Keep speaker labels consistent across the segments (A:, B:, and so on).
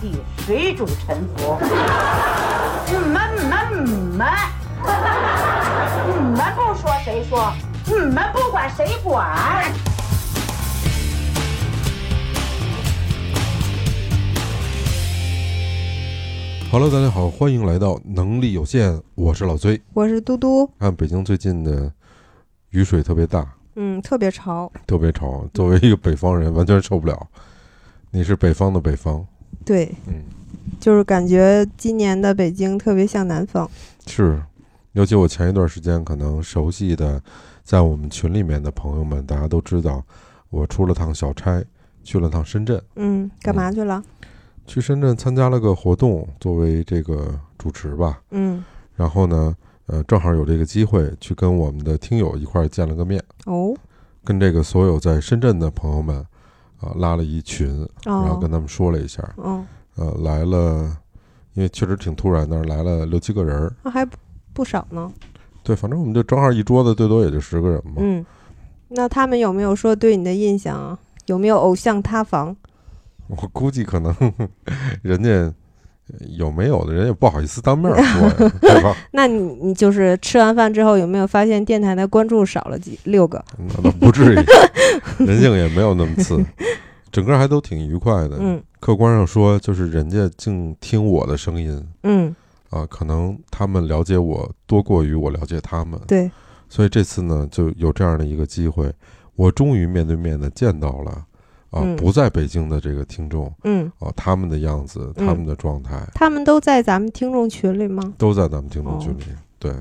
A: 地水煮沉浮。嗯们们们，你们嗯不说谁说？你们不管谁管？
B: Hello，大家好，欢迎来到能力有限，我是老崔。
C: 我是嘟嘟，
B: 看北京最近的雨水特别大，
C: 嗯，特别潮，
B: 特别潮，作为一个北方人，完全受不了。你是北方的北方，
C: 对，
B: 嗯，
C: 就是感觉今年的北京特别像南方，
B: 是，尤其我前一段时间可能熟悉的，在我们群里面的朋友们，大家都知道，我出了趟小差，去了趟深圳，
C: 嗯，干嘛去了？
B: 去深圳参加了个活动，作为这个主持吧。
C: 嗯，
B: 然后呢，呃，正好有这个机会去跟我们的听友一块儿见了个面，
C: 哦，
B: 跟这个所有在深圳的朋友们啊、拉了一群，然后跟
C: 哦，
B: 他们说了一下，
C: 哦，
B: 呃，来了，因为确实挺突然的，来了六七个人儿。
C: 那还不不少呢，
B: 对，反正我们就正好一桌子，最多也就十个人嘛。
C: 嗯，那他们有没有说对你的印象啊？有没有偶像塌房？
B: 我估计可能 人家有没有的人也不好意思当面说呀，对 吧？
C: 那你你就是吃完饭之后有没有发现电台的关注少了几六个？
B: 那倒不至于，人性也没有那么次，整个还都挺愉快的。
C: 嗯
B: 客观上说，就是人家净听我的声音
C: 嗯，
B: 啊，可能他们了解我多过于我了解他们，
C: 对，
B: 所以这次呢就有这样的一个机会，我终于面对面的见到了啊，
C: 嗯
B: 不在北京的这个听众
C: 嗯，
B: 啊，他们的样子，他们的状态。
C: 他们都在咱们听众群里吗？
B: 都在咱们听众群里。
C: 哦
B: 对，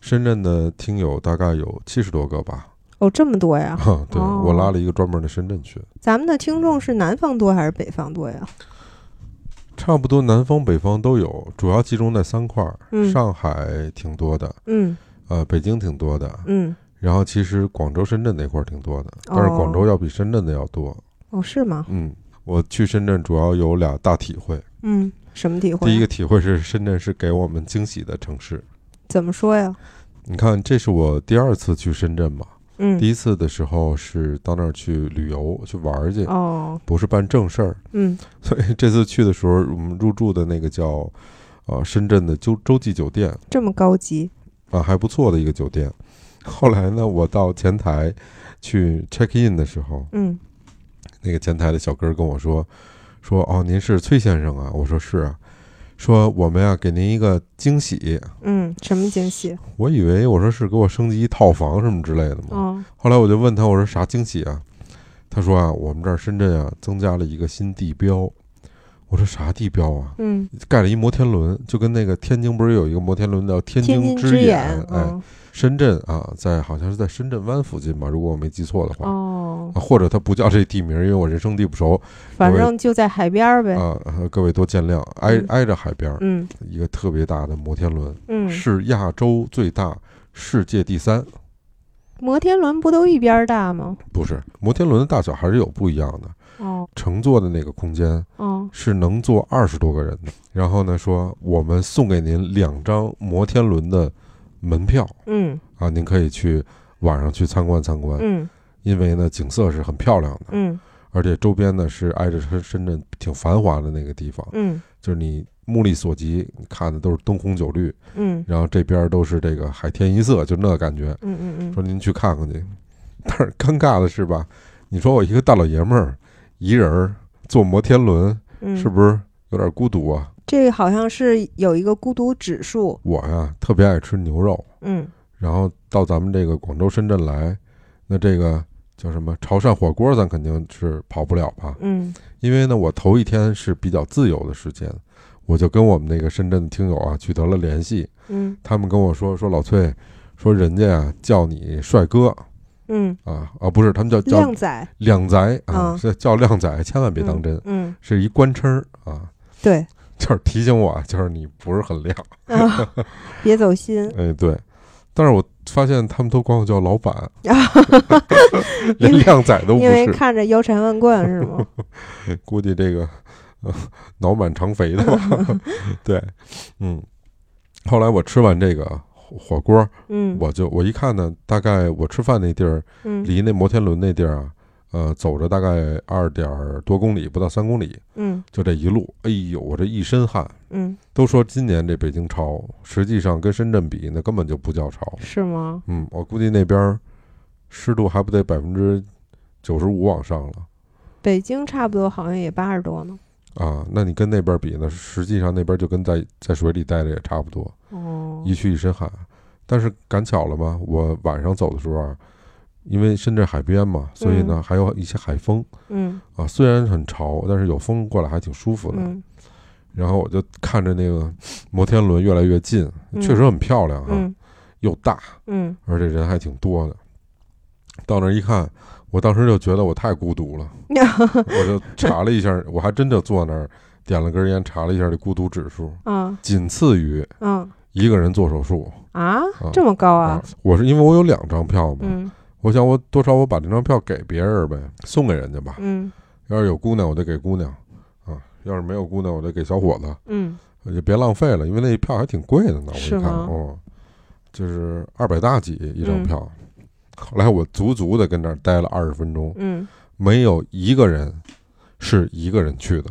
B: 深圳的听友大概有七十多个吧。啊
C: 哦，这么多呀？
B: 对、
C: 哦
B: 我拉了一个专门的深圳群，
C: 咱们的听众是南方多还是北方多呀？
B: 差不多南方北方都有，主要集中在三块儿。
C: 嗯
B: 上海挺多的，
C: 嗯
B: 呃，北京挺多的，
C: 嗯，
B: 然后其实广州、深圳那块儿挺多的，但是
C: 哦
B: 广州要比深圳的要多。
C: 哦，是吗？
B: 嗯，我去深圳主要有俩大体会，
C: 嗯，什么体会啊？
B: 第一个体会是深圳是给我们惊喜的城市。
C: 怎么说呀？
B: 你看，这是我第二次去深圳嘛，
C: 嗯，
B: 第一次的时候是到那儿去旅游去玩儿去，
C: 哦，
B: 不是办正事儿，
C: 嗯
B: 所以这次去的时候，我们入住的那个叫呃深圳的洲洲际酒店
C: 这么高级，
B: 啊，还不错的一个酒店。后来呢，我到前台去 check in 的时候，
C: 嗯
B: 那个前台的小哥跟我说说哦，您是崔先生啊？我说是啊。说我们呀、给您一个惊喜，
C: 嗯，什么惊喜？
B: 我以为我说是给我升级一套房什么之类的嘛，
C: 哦，
B: 后来我就问他，我说啥惊喜啊？他说啊，我们这儿深圳啊增加了一个新地标。我说啥地标啊？
C: 嗯，
B: 盖了一摩天轮，就跟那个天津不是有一个摩天轮叫天
C: 天
B: 津
C: 津之
B: 眼？
C: 眼，
B: 哎，
C: 哦
B: 深圳啊，在好像是在深圳湾附近吧，如果我没记错的话，
C: 哦，
B: 啊，或者它不叫这地名，因为我人生地不熟
C: 反正就在海边儿呗。
B: 啊，各位多见谅。挨
C: 嗯
B: 挨着海边儿，
C: 嗯
B: 一个特别大的摩天轮，
C: 嗯，
B: 是亚洲最大，世界第三。
C: 摩天轮不都一边儿大吗？
B: 不是摩天轮的大小还是有不一样的，
C: 哦
B: 乘坐的那个空间
C: 哦，
B: 是能坐二十多个人的。然后呢，说我们送给您两张摩天轮的门票
C: 嗯
B: 啊，您可以去晚上去参观参观，
C: 嗯
B: 因为呢景色是很漂亮的，
C: 嗯
B: 而且周边呢是挨着深深圳挺繁华的那个地方，
C: 嗯
B: 就是你目力所及你看的都是灯红酒绿，
C: 嗯
B: 然后这边都是这个海天一色，就那感觉。
C: 嗯嗯
B: 说您去看看去，但是尴尬的是吧？你说我一个大老爷们儿一人儿坐摩天轮，
C: 嗯，
B: 是不是有点孤独啊？
C: 这个好像是有一个孤独指数。
B: 我呀特别爱吃牛肉，
C: 嗯
B: 然后到咱们这个广州、深圳来，那这个叫什么潮汕火锅，咱肯定是跑不了吧？
C: 嗯
B: 因为呢，我头一天是比较自由的时间，我就跟我们那个深圳的听友啊取得了联系，
C: 嗯
B: 他们跟我说说老崔，说人家啊叫你帅哥
C: 嗯，
B: 啊啊不是，他们叫叫
C: 靓仔，
B: 靓仔啊，
C: 嗯
B: 是叫靓仔，千万别当
C: 嗯
B: 真，
C: 嗯，
B: 是一官称儿啊，
C: 对，
B: 就是提醒我啊，就是你不是很亮。
C: 啊 别 走心，啊
B: 哎，对，但是我发现他们都管我叫老板，
C: 因
B: 连
C: 为
B: 靓仔都不
C: 因为
B: 是，
C: 看着腰缠万贯是 吗？
B: 估计这个、呃脑满肠肥的 吧。对，嗯。后来我吃完这个火火锅，
C: 嗯，
B: 我就我一看呢，大概我吃饭那地儿
C: 嗯
B: 离那摩天轮那地儿啊，呃，走着大概二点儿多公里，不到三公里，
C: 嗯
B: 就这一路，哎呦，我这一身汗。
C: 嗯，
B: 都说今年这北京潮，实际上跟深圳比，那根本就不叫潮。
C: 是吗？
B: 嗯，我估计那边儿湿度还不得百分之九十五往上了
C: 北京差不多好像也八十多呢。
B: 啊。那你跟那边儿比呢？实际上那边儿就跟在在水里待着也差不多，
C: 哦，
B: 一去一身汗。但是赶巧了嘛，我晚上走的时候啊，因为深圳海边嘛，所以呢还有一些海风
C: 嗯
B: 啊。虽然很潮，但是有风过来还挺舒服的。
C: 嗯
B: 然后我就看着那个摩天轮越来越近，
C: 嗯
B: 确实很漂亮啊，
C: 嗯
B: 又大，
C: 嗯，
B: 而且人还挺多的。到那儿一看，我当时就觉得我太孤独 了，我就查了一下，我还真就坐那儿点了根烟，查了一下这孤独指数，
C: 嗯
B: 仅次于
C: 嗯
B: 一个人做手术
C: 啊，这么高啊？！
B: 我是因为我有两张票嘛，
C: 嗯
B: 我想我多少我把这张票给别人呗，送给人家吧。
C: 嗯
B: 要是有姑娘，我就给姑娘啊；要是没有姑娘，我就给小伙子。
C: 嗯
B: 也别浪费了，因为那票还挺贵的呢。我一
C: 是
B: 看，
C: 吗嗯
B: 哦，就是二百大几一张票。后来我足足的跟那儿待了二十分钟，
C: 嗯，
B: 没有一个人是一个人去的。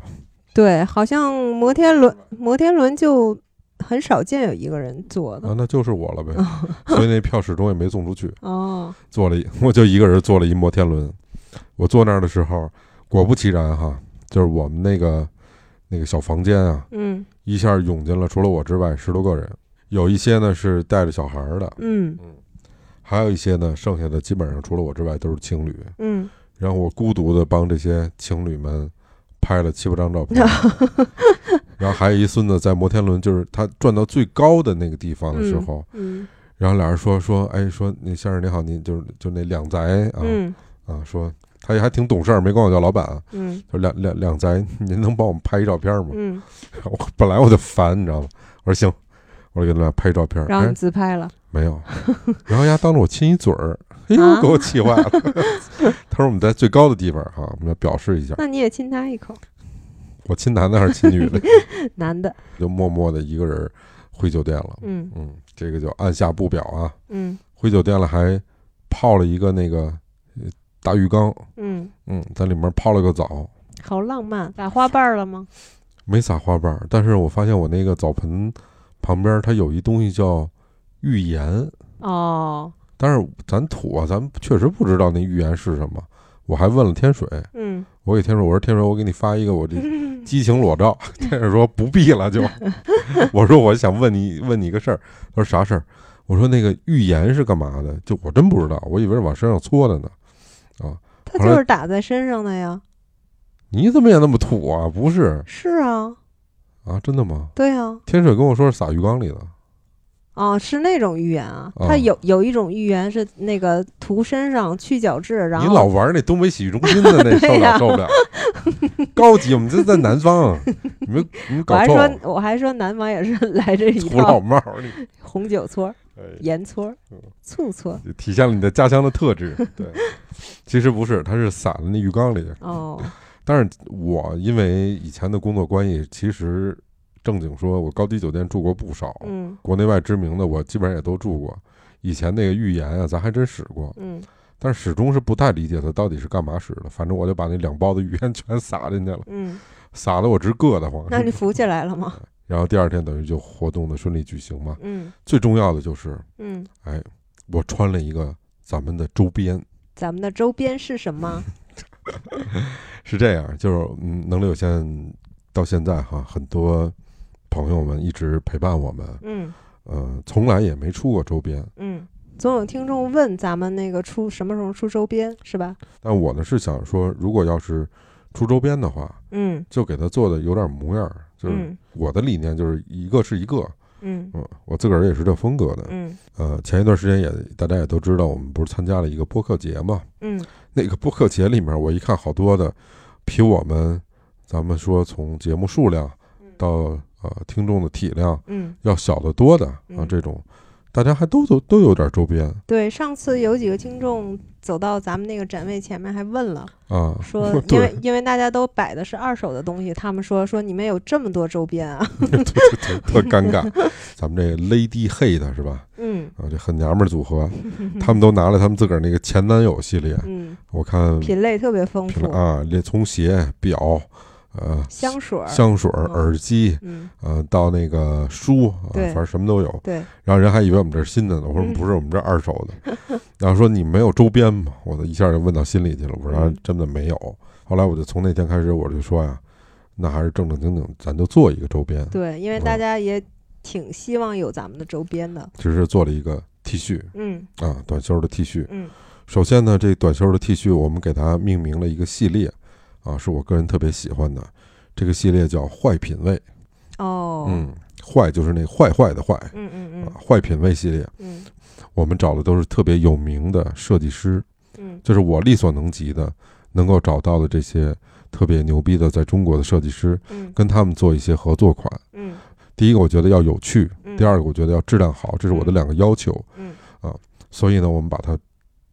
C: 对，好像摩天轮摩天轮就很少见有一个人坐
B: 啊
C: 的。，
B: 那就是我 了呗。所以那票始终也没送出去，
C: 哦，
B: 坐了一我就一个人坐了一摩天轮。我坐那儿的时候，果不其然哈，就是我们那个那个小房间啊，
C: 嗯
B: 一下涌进了除了我之外十多个人，有一些呢是带着小孩儿的，
C: 嗯
B: 还有一些呢，剩下的基本上除了我之外都是情侣。
C: 嗯，
B: 然后我孤独的帮这些情侣们拍了七八张照 片。然后还有一孙子在摩天轮，就是他转到最高的那个地方的时候，
C: 嗯
B: 然后俩人说说，哎，说那先生您好，您就是就那两宅啊、
C: 嗯
B: 啊，说他也还挺懂事儿，没管我叫老板啊，
C: 嗯
B: 说两两两宅，您能帮我们拍一照片吗？
C: 嗯，
B: 我本来我就烦，你知道吗？我说行，我就给他俩拍一照片。
C: 然后
B: 哎
C: 你自拍了。
B: 没有， 然后丫当着我亲一嘴儿，哎呦，
C: 啊
B: 给我气坏了。 他说我们在最高的地方啊哈，我们要表示一下，
C: 那你也亲他一口，
B: 我亲男的还是亲女的，
C: 男的。
B: 就默默的一个人回酒店了。
C: 嗯
B: 嗯，这个就按下不表啊。
C: 嗯
B: 回酒店了还泡了一个那个呃大浴缸，
C: 嗯，
B: 嗯，在里面泡了个澡，
C: 好浪漫。打花瓣了吗？
B: 没撒花瓣儿，但是我发现我那个澡盆旁边它有一东西叫浴盐，
C: 哦，
B: 但是咱土啊，咱确实不知道那浴盐是什么。我还问了天水，
C: 嗯
B: 我给天水，我说天水，我给你发一个我这激情裸 照。天水说不必了，就我说我想问你问你一个事儿，他说啥事儿？我说那个浴盐是干嘛的？就我真不知道，我以为是往身上搓的呢。
C: 他
B: 后来
C: 就是打在身上的呀。
B: 你怎么也那么土啊？不是
C: 是啊，
B: 啊，真的吗？
C: 对啊，
B: 天水跟我说是撒浴缸里的，
C: 哦，是那种预言啊。
B: 哦
C: 他有有一种预言是那个涂身上去角质，然
B: 你老
C: 后
B: 玩那东北洗浴中心的 那受不了
C: 对呀
B: 受不了，高级我们这在南方，啊 你们你们
C: 我
B: 搞
C: 还
B: 臭了
C: 说我还说南方也是 来这一
B: 土老
C: 套
B: 帽儿，你
C: 红酒搓儿、盐搓儿
B: 嗯、
C: 醋搓儿。
B: 就体现了你的家乡的特 质。对，其实不是，它是散在那浴缸里。
C: 哦，
B: 但是我因为以前的工作关系，其实正经说，我高级酒店住过不少，
C: 嗯
B: 国内外知名的我基本上也都住过。以前那个浴盐啊，咱还真使过，
C: 嗯
B: 但是始终是不太理解它到底是干嘛使的。反正我就把那两包的浴盐全撒进去了，
C: 嗯，
B: 撒得我直硌得慌。
C: 那你浮起来了吗？
B: 然后第二天等于就活动的顺利举行嘛。
C: 嗯
B: 最重要的就是
C: 嗯，
B: 我穿了一个咱们的周边，
C: 咱们的周边是什么？
B: 是这样，就是嗯，能力有限到现在哈，很多朋友们一直陪伴我们，
C: 嗯
B: 呃，从来也没出过周边。
C: 嗯，总有听众问咱们那个出什么时候出周边是吧？
B: 但我呢是想说，如果要是出周边的话，
C: 嗯
B: 就给它做的有点模样儿。就是
C: 嗯
B: 我的理念就是一个是一个，
C: 嗯
B: 嗯，我自个儿也是这风格的。
C: 嗯
B: 呃，前一段时间也大家也都知道，我们不是参加了一个播客节嘛？
C: 嗯
B: 那个播客节里面，我一看好多的，比我们咱们说从节目数量到呃听众的体量。
C: 嗯
B: 要小得多的啊，
C: 嗯
B: 这种大家还都都都有点周边
C: 对，上次有几个听众走到咱们那个展位前面还问了，
B: 啊。
C: 说因
B: 对
C: 为因为大家都摆的是二手的东西，他们说说你们有这么多周边啊，
B: 对对对，特尴 尬。咱们这个 Lady Hate 是吧？
C: 嗯
B: 啊，这很娘们儿组合，他们都拿了他们自个儿那个前男友系列，
C: 嗯，
B: 我看
C: 品类特别丰
B: 评论
C: 富，
B: 啊，连从鞋、表、呃
C: 香水儿，
B: 香水、
C: 嗯
B: 耳机，
C: 嗯，
B: 呃，到那个书啊，
C: 对
B: 反正什么都有。
C: 对，
B: 然后人还以为我们这是新的呢，我说
C: 嗯
B: 不是，我们这二手的。然后说你没有周边吗？我的一下就问到心里去了。我说、
C: 嗯
B: 真的没有。后来我就从那天开始，我就说呀，那还是正正经经，咱就做一个周边，
C: 对，因为
B: 嗯
C: 大家也挺希望有咱们的周边的。
B: 只是做了一个 T 恤
C: 嗯
B: 啊，短袖的 T 恤。
C: 嗯
B: 首先呢，这短袖的 T 恤我们给它命名了一个系列啊，是我个人特别喜欢的。这个系列叫“坏品味”，
C: 哦
B: 嗯，坏就是那坏坏的坏
C: 嗯嗯
B: 啊
C: 嗯，
B: 坏品味系列。
C: 嗯
B: 我们找的都是特别有名的设计师，
C: 嗯
B: 就是我力所能及的能够找到的这些特别牛逼的在中国的设计师，
C: 嗯
B: 跟他们做一些合作款。
C: 嗯
B: 第一个我觉得要有趣，
C: 嗯，
B: 第二个我觉得要质量好，这是我的两个要求。
C: 嗯
B: 啊，所以呢，我们把它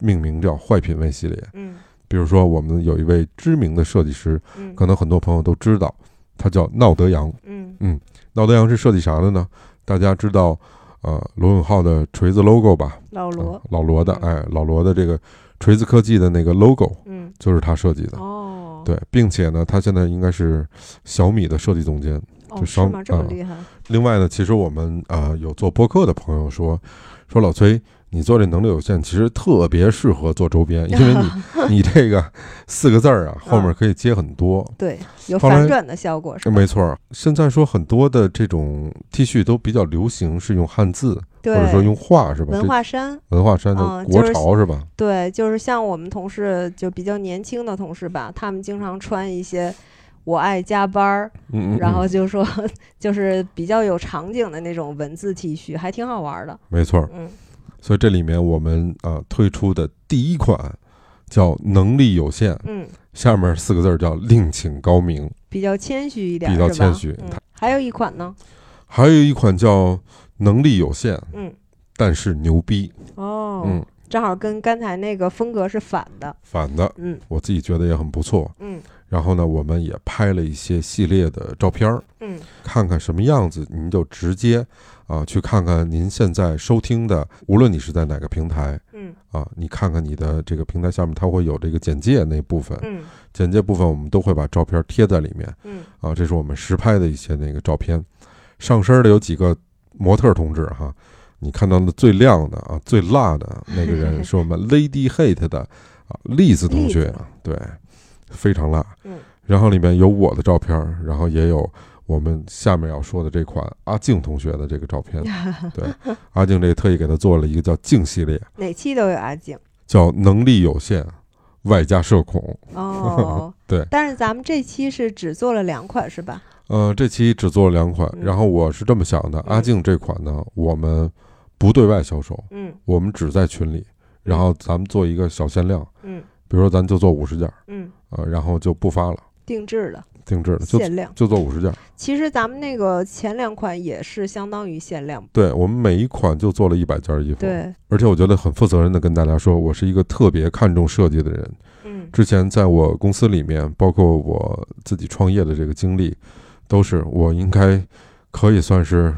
B: 命名叫“坏品味”系列。
C: 嗯
B: 比如说，我们有一位知名的设计师，
C: 嗯
B: 可能很多朋友都知道，他叫闹德阳。
C: 嗯
B: 闹德阳是设计啥的呢？大家知道，呃，罗永浩的锤子 logo 吧？
C: 老
B: 啊
C: 罗
B: 老罗的，
C: 嗯
B: 哎，老罗的这个锤子科技的那个 logo
C: 嗯
B: 就是他设计的。
C: 哦
B: 对，并且呢，他现在应该是小米的设计总监。
C: 哦
B: 就是商
C: 吗？这么
B: 啊
C: 厉害？
B: 另外呢，其实我们呃有做播客的朋友说，说老崔，你做这能力有限，其实特别适合做周边，因为 你你这个四个字儿啊，
C: 嗯
B: 后面可以接很多。
C: 对，有
B: 后来
C: 反转的效果是吧？
B: 没错儿，现在说很多的这种 T 恤都比较流行是用汉字，或
C: 对，
B: 者说用画是吧？
C: 文
B: 这
C: 化衫，
B: 文化衫的
C: 嗯
B: 国
C: 就是
B: 潮是吧？
C: 对，就是像我们同事就比较年轻的同事吧，他们经常穿一些“我爱加班儿”，
B: 嗯嗯，
C: 然
B: 嗯
C: 后就说 就是比较有场景的那种文字 T 恤，还挺好玩儿的。
B: 没错儿，
C: 嗯
B: 所以这里面我们啊、呃推出的第一款叫“能力有限
C: 嗯，”，
B: 下面四个字儿叫“另请高明
C: 比较谦虚一点儿，
B: 比较
C: 是吧
B: 谦虚
C: 嗯
B: 他
C: 还有一款呢，”，
B: 还有一款叫“能力有限
C: 嗯，
B: 但是牛逼
C: 哦”，，
B: 嗯，
C: 正好跟刚才那个风格是反的。
B: 反的，
C: 嗯
B: 我自己觉得也很不错。
C: 嗯
B: 然后呢，我们也拍了一些系列的照片儿，
C: 嗯
B: 看看什么样子，您就直接啊、去看看您现在收听的，无论你是在哪个平台
C: 嗯
B: 啊，你看看你的这个平台下面，它会有这个简介那部分，
C: 嗯
B: 简介部分我们都会把照片贴在里面。
C: 嗯
B: 啊，这是我们实拍的一些那个照片，上身儿的有几个模特儿同志哈，你看到的最亮的啊，最辣的那个人是我 们 Lady Hate 的啊栗子同
C: 栗
B: 学
C: 子，
B: 对，非常辣。
C: 嗯
B: 然后里面有我的照片儿，然后也有我们下面要说的这款阿静同学的这个照 片。对，阿静这特意给他做了一个叫静系列，
C: 哪期都有阿 静
B: 叫能力有限，外加社恐。。
C: 哦
B: 对
C: 但是咱们这期是只做了两款是吧？
B: 呃，这期只做了两款，
C: 嗯
B: 然后我是这么想的，
C: 嗯
B: 阿静这款呢，我们不对外销售，
C: 嗯
B: 我们只在群里，然后咱们做一个小限量，
C: 嗯
B: 比如说咱就做五十件儿，
C: 嗯，
B: 呃，然后就不发了，
C: 定制的
B: 定制的，就
C: 限量。
B: 就做五十件儿。
C: 其实咱们那个前两款也是相当于限量。
B: 对我们每一款就做了一百件儿衣服，，
C: 对，
B: 而且我觉得很负责任的跟大家说，我是一个特别看重设计的人。
C: 嗯
B: 之前在我公司里面，包括我自己创业的这个经历，都是我应该可以算是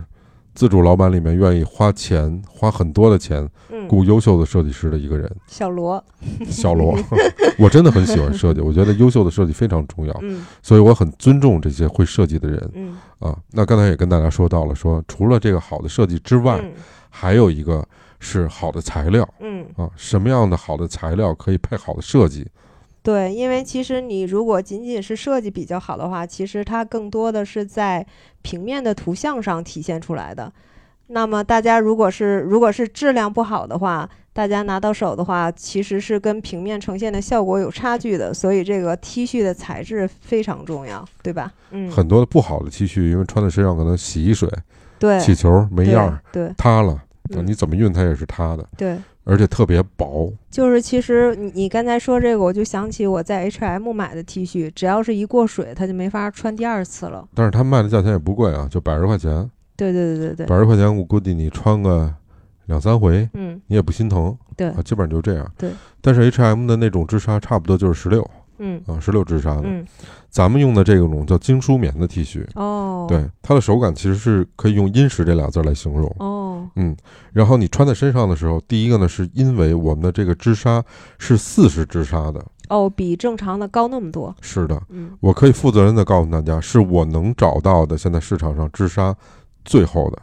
B: 自主老板里面愿意花钱、花很多的钱
C: 嗯，
B: 雇优秀的设计师的一个 人。
C: 小罗，
B: 小罗， 我真的很喜欢设计，我觉得优秀的设计非常重要，
C: 嗯
B: 所以我很尊重这些会设计的人
C: 嗯，
B: 啊。那刚才也跟大家说到了说，除了这个好的设计之外，
C: 嗯
B: 还有一个是好的材料
C: 嗯，
B: 啊，什么样的好的材料可以配好的设计？
C: 对，因为其实你如果仅仅是设计比较好的话，其实它更多的是在平面的图像上体现出来的。那么大家如果是如果是质量不好的话，大家拿到手的话，其实是跟平面呈现的效果有差距的。所以这个 T 恤的材质非常重要，对吧？嗯，
B: 很多的不好的 T 恤，因为穿在身上可能洗一水、
C: 对，
B: 起球没
C: 对
B: 样儿，
C: 对
B: 塌了，
C: 嗯
B: 你怎么熨它也是塌的，
C: 对。
B: 而且特别薄。
C: 就是其实你你刚才说这个，我就想起我在 H&M 买的 T 恤，只要是一过水，它就没法穿第二次了。
B: 但是它卖的价钱也不贵啊，就百十块钱，
C: 对对对对对，
B: 百十块钱我估计你穿个两三回，
C: 嗯
B: 你也不心疼，
C: 对
B: 啊，基本上就这样。
C: 对，
B: 但是 H M 的那种织纱差不多就是十六
C: 嗯
B: 啊，十六织纱的，
C: 嗯，
B: 咱们用的这种叫精梳棉的 T 恤，
C: 哦，，
B: 对，它的手感其实是可以用殷实这俩字儿来形容。
C: 哦，
B: 然后你穿在身上的时候，第一个呢，是因为我们的这个织纱是四十织纱的，
C: 哦，比正常的高那么多，
B: 是的，
C: 嗯，
B: 我可以负责任的告诉大家，是我能找到的现在市场上织纱最厚的。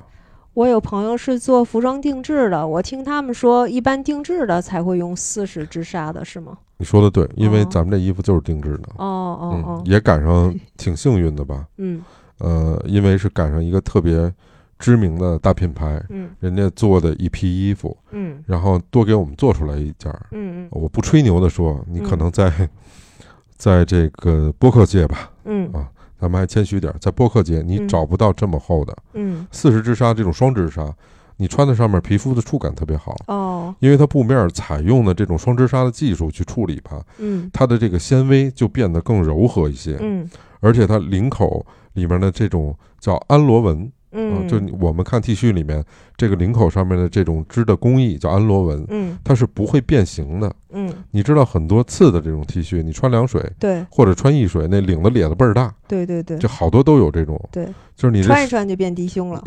C: 我有朋友是做服装定制的，我听他们说，一般定制的才会用四十支纱的，是吗？
B: 你说的对，因为
C: 哦
B: 咱们这衣服就是定制的，
C: 哦哦
B: 嗯，
C: 哦，
B: 也赶 上挺幸运的吧？
C: 嗯
B: 呃，因为是赶上一个特别知名的大品牌，
C: 嗯
B: 人家做的一批衣服，
C: 嗯
B: 然后多给我们做出来一件儿。
C: 嗯
B: 我不吹牛的说，你可
C: 嗯
B: 能在、在这个播客界吧，
C: 嗯
B: 啊咱们还谦虚点儿，在播客界你
C: 嗯
B: 找不到这么厚的
C: 嗯，
B: 四十织纱这种双织纱，你穿在上面皮肤的触感特别好，
C: 哦，
B: 因为它布面儿采用的这种双织纱的技术去处理它，
C: 嗯
B: 它的这个纤维就变得更柔和一些，
C: 嗯
B: 而且它领口里面的这种叫安螺纹，啊
C: 嗯，
B: 就你我们看 T 恤里面这个领口上面的这种织的工艺叫安螺纹，
C: 嗯
B: 它是不会变形的。
C: 嗯，
B: 你知道很多次的这种 T 恤，你穿凉水
C: 对
B: 或者穿易水，那领子咧的倍儿大，
C: 对对对
B: 这，好多都有这种。
C: 对，
B: 就是你这
C: 穿一穿就变低胸 了，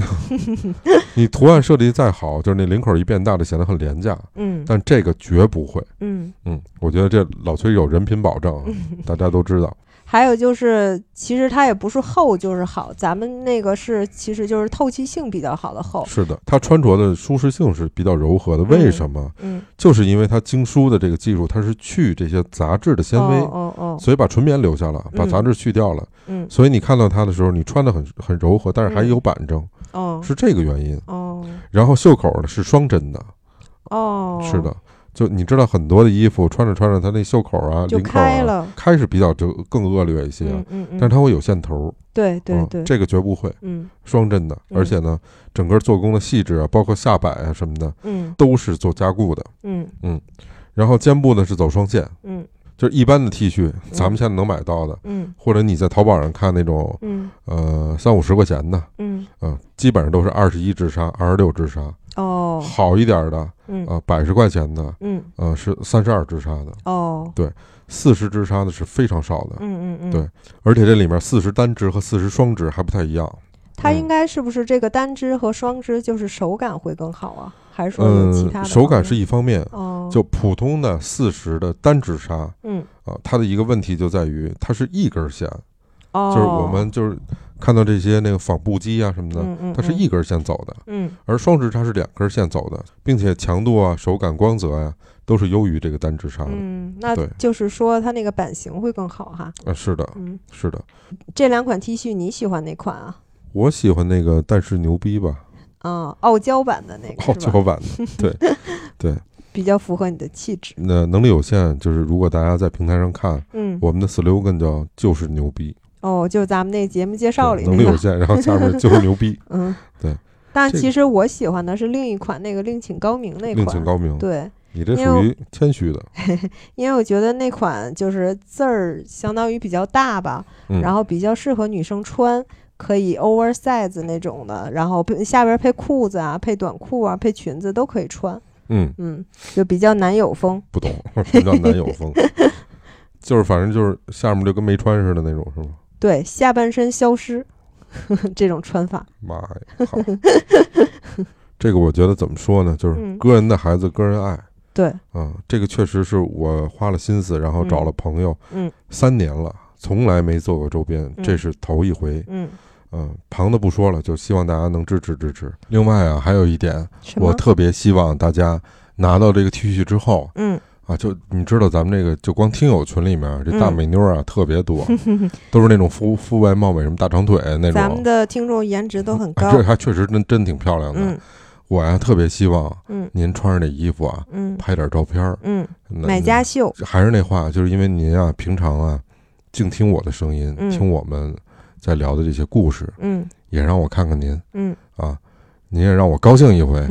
B: 你图案设计再好，就是那领口一变大，就显得很廉价。
C: 嗯
B: 但这个绝不会。
C: 嗯。
B: 嗯，我觉得这老崔有人品保证啊，大家都知道。
C: 还有就是，其实它也不是厚就是好，咱们那个是其实就是透气性比较好的厚。
B: 是的，它穿着的舒适性是比较柔和的。为什么？
C: 哦嗯，
B: 就是因为它经梳的这个技术，它是去这些杂质的纤维，
C: 哦哦哦，
B: 所以把纯棉留下了，把
C: 嗯
B: 杂质去掉了。
C: 嗯
B: 所以你看到它的时候，你穿的很很柔和，但是还有板正，
C: 哦
B: 是这个原因。
C: 哦
B: 然后袖口呢是双针的，
C: 哦，
B: 是，的。就你知道很多的衣服穿着穿着，它那袖口啊、
C: 就
B: 领口
C: 开
B: 啊，
C: 了。
B: 开是比较就更恶劣一些啊，
C: 嗯嗯嗯，
B: 但是它会有线头儿，
C: 对对
B: 嗯
C: 对，
B: 这个绝不会
C: 嗯
B: 双针的，
C: 嗯
B: 而且呢，整个做工的细致啊，包括下摆啊什么的，
C: 嗯
B: 都是做加固的。
C: 嗯
B: 然后肩部呢是走双线，
C: 嗯
B: 就是一般的 T 恤，咱们现在能买到的，
C: 嗯
B: 或者你在淘宝上看那种
C: 嗯
B: 呃三五十块钱的，
C: 嗯，
B: 嗯、基本上都是二十一支纱、二十六支纱，
C: 哦，
B: 好一点的，
C: 嗯
B: 呃，百十块钱的，
C: 嗯
B: 呃，是三十二支纱的，
C: 哦，
B: 四十支纱的是非常少的，
C: 嗯嗯嗯，
B: 对而且这里面四十单支和四十双支还不太一样。
C: 它
B: 嗯
C: 应该是不是这个单织和双织就是手感会更好啊？还是说有其他
B: 嗯，
C: 的？
B: 手感是。一方面，
C: 哦，
B: 就普通的四十的单支纱啊、
C: 嗯
B: 它的一个问题就在于它是一根线，
C: 哦，
B: 就是我们就是看到这些那个纺布机啊什么的，
C: 嗯嗯，
B: 它是
C: 嗯
B: 一根线走的，
C: 嗯
B: 而双支纱是两根线走的，并且强度啊、手感、光泽啊都是优于这个单支纱的。
C: 嗯，那
B: 啊对
C: 就是说它那个版型会更好哈。
B: 啊，是的，
C: 嗯，
B: 是的，
C: 这两款 T 恤你喜欢哪款啊？
B: 我喜欢那个，但是牛逼吧，
C: 啊，傲娇版的那个
B: 傲
C: 是吧
B: 娇版的，对，对，
C: 比较符合你的气质。
B: 那能力有限，就是如果大家在平台上看，
C: 嗯，
B: 我们的 slogan 叫就是牛逼，
C: 哦，就是咱们那节目介绍里
B: 对能
C: 那
B: 力有
C: 个。
B: 限，然后下面就是牛逼，
C: 嗯，
B: 对。
C: 但
B: 这个
C: 其实我喜欢的是另一款，那个另请高明 那
B: 另
C: 款。
B: 请高明，
C: 对，
B: 你这
C: 因
B: 属
C: 为
B: 于谦虚的，
C: 因为我觉得那款就是字儿相当于比较大吧，
B: 嗯，
C: 然后比较适合女生穿，可以 oversize 那种的，然后配下边配裤子啊、配短裤啊、配裙子都可以穿，
B: 嗯，
C: 嗯，就比较男友风。
B: 不懂 什么叫男友 风，就是反正就是下面就跟没穿似的那种，是吗？
C: 对，下半身消失 这种穿法，
B: 妈呀， 好这个我觉得怎么说呢，就是
C: 嗯
B: 个人的孩子个人爱
C: 对，
B: 啊，这个确实是我花了心思，然后找了朋友，
C: 嗯，
B: 三年了。从来没做过周边，
C: 嗯
B: 这是头一回。
C: 嗯，
B: 嗯，旁的不说了，就希望大家能支持支持。另外啊，还有一点，
C: 什
B: 我
C: 么？
B: 特别希望大家拿到这个 T 恤之后
C: 嗯，
B: 啊，就你知道咱们这个就光听友群里面这大
C: 嗯
B: 美妞啊、特别多，都是那种肤肤白貌美什么大长腿那
C: 咱们
B: 种，
C: 的听众颜值都很高
B: 啊、，这还确实真真挺漂亮的。
C: 嗯
B: 我呀、特别希望
C: 嗯
B: 您穿上这衣服啊，
C: 嗯
B: 拍点照片儿。
C: 嗯，
B: 那
C: 买家秀，
B: 还是那话，就是因为您啊平常啊净听我的声音，
C: 嗯
B: 听我们在聊的这些故事，
C: 嗯
B: 也让我看看您。
C: 嗯，
B: 啊，你也让我高兴一 回啊！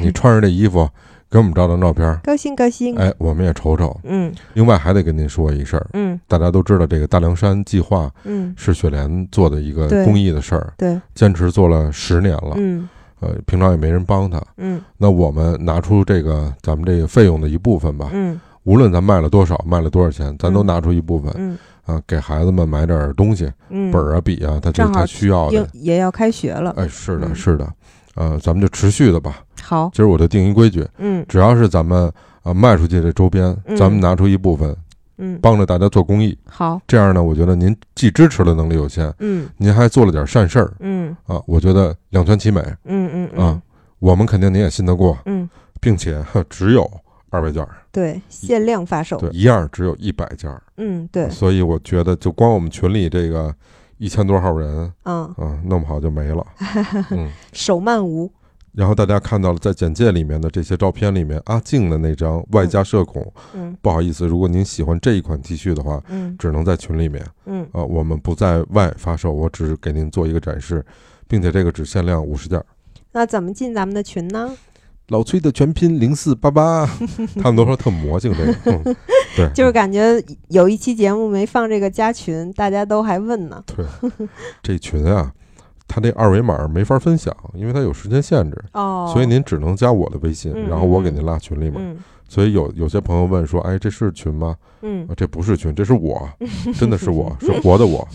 B: 你穿着这衣服给我们照张照片儿，
C: 高兴高兴，
B: 哎，我们也瞅瞅。
C: 嗯
B: 另外还得跟您说一事儿，
C: 嗯
B: 大家都知道这个大凉山计划
C: 嗯，
B: 是雪莲做的一个
C: 对
B: 公益的事儿，
C: 对，
B: 坚持做了十年了
C: 嗯
B: 呃，平常也没人帮他。
C: 嗯
B: 那我们拿出这个咱们这个费用的一部分吧，
C: 嗯
B: 无论咱卖了多少，卖了多少钱，咱都
C: 嗯
B: 拿出一部分
C: 嗯
B: 啊，给孩子们买点儿东西，
C: 嗯，
B: 本儿啊、笔啊，他觉得
C: 正好
B: 他需要
C: 应
B: 的。
C: 也要开学了，
B: 哎，是的，
C: 嗯
B: 是的，呃，咱们就持续的吧。
C: 好，
B: 今儿我就定一规矩，
C: 嗯
B: 只要是咱们啊、呃卖出去的周边，
C: 嗯
B: 咱们拿出一部分
C: 嗯，
B: 帮着大家做公益，
C: 好，
B: 这样呢，我觉得您既支持了能力有限，
C: 嗯
B: 您还做了点善事儿
C: 嗯
B: 啊，我觉得两全其美。
C: 嗯嗯
B: 啊
C: 嗯
B: 我们肯定您也信得过，
C: 嗯，
B: 并且呵只有二百件儿，
C: 对，限量发售，
B: 对，一样只有一百件儿，
C: 嗯对，
B: 所以我觉得就光我们群里这个一千多号人
C: 嗯，
B: 啊，弄不好就没 了。嗯，
C: 手慢无，
B: 然后大家看到了在简介里面的这些照片里面，阿静的那张外加社恐，
C: 嗯
B: 不好意思，如果您喜欢这一款 T 恤的话，
C: 嗯
B: 只能在群里面
C: 嗯，
B: 啊，我们不在外发售，我只是给您做一个展示，并且这个只限量五十件儿。
C: 那怎么进咱们的群呢？
B: 老崔的全拼零四八 八，他们都说特魔性这个，嗯、对，
C: 就是感觉有一期节目没放这个加群，大家都还问呢，
B: 这群啊，他这二维码没法分享，因为它有时间限制，
C: 哦，
B: 所以您只能加我的微信，
C: 嗯
B: 然后我给您拉群里面。
C: 嗯
B: 所以有有些朋友问说，哎，这是群吗？
C: 嗯
B: 啊，这不是群，这是 我，真的是我，是活的我。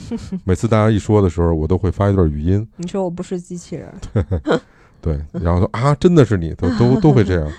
B: 每次大家一说的时候，我都会发一段语音，
C: 你说我不是机器人儿，
B: 对，然 后说啊，真的是你，都都都会这样。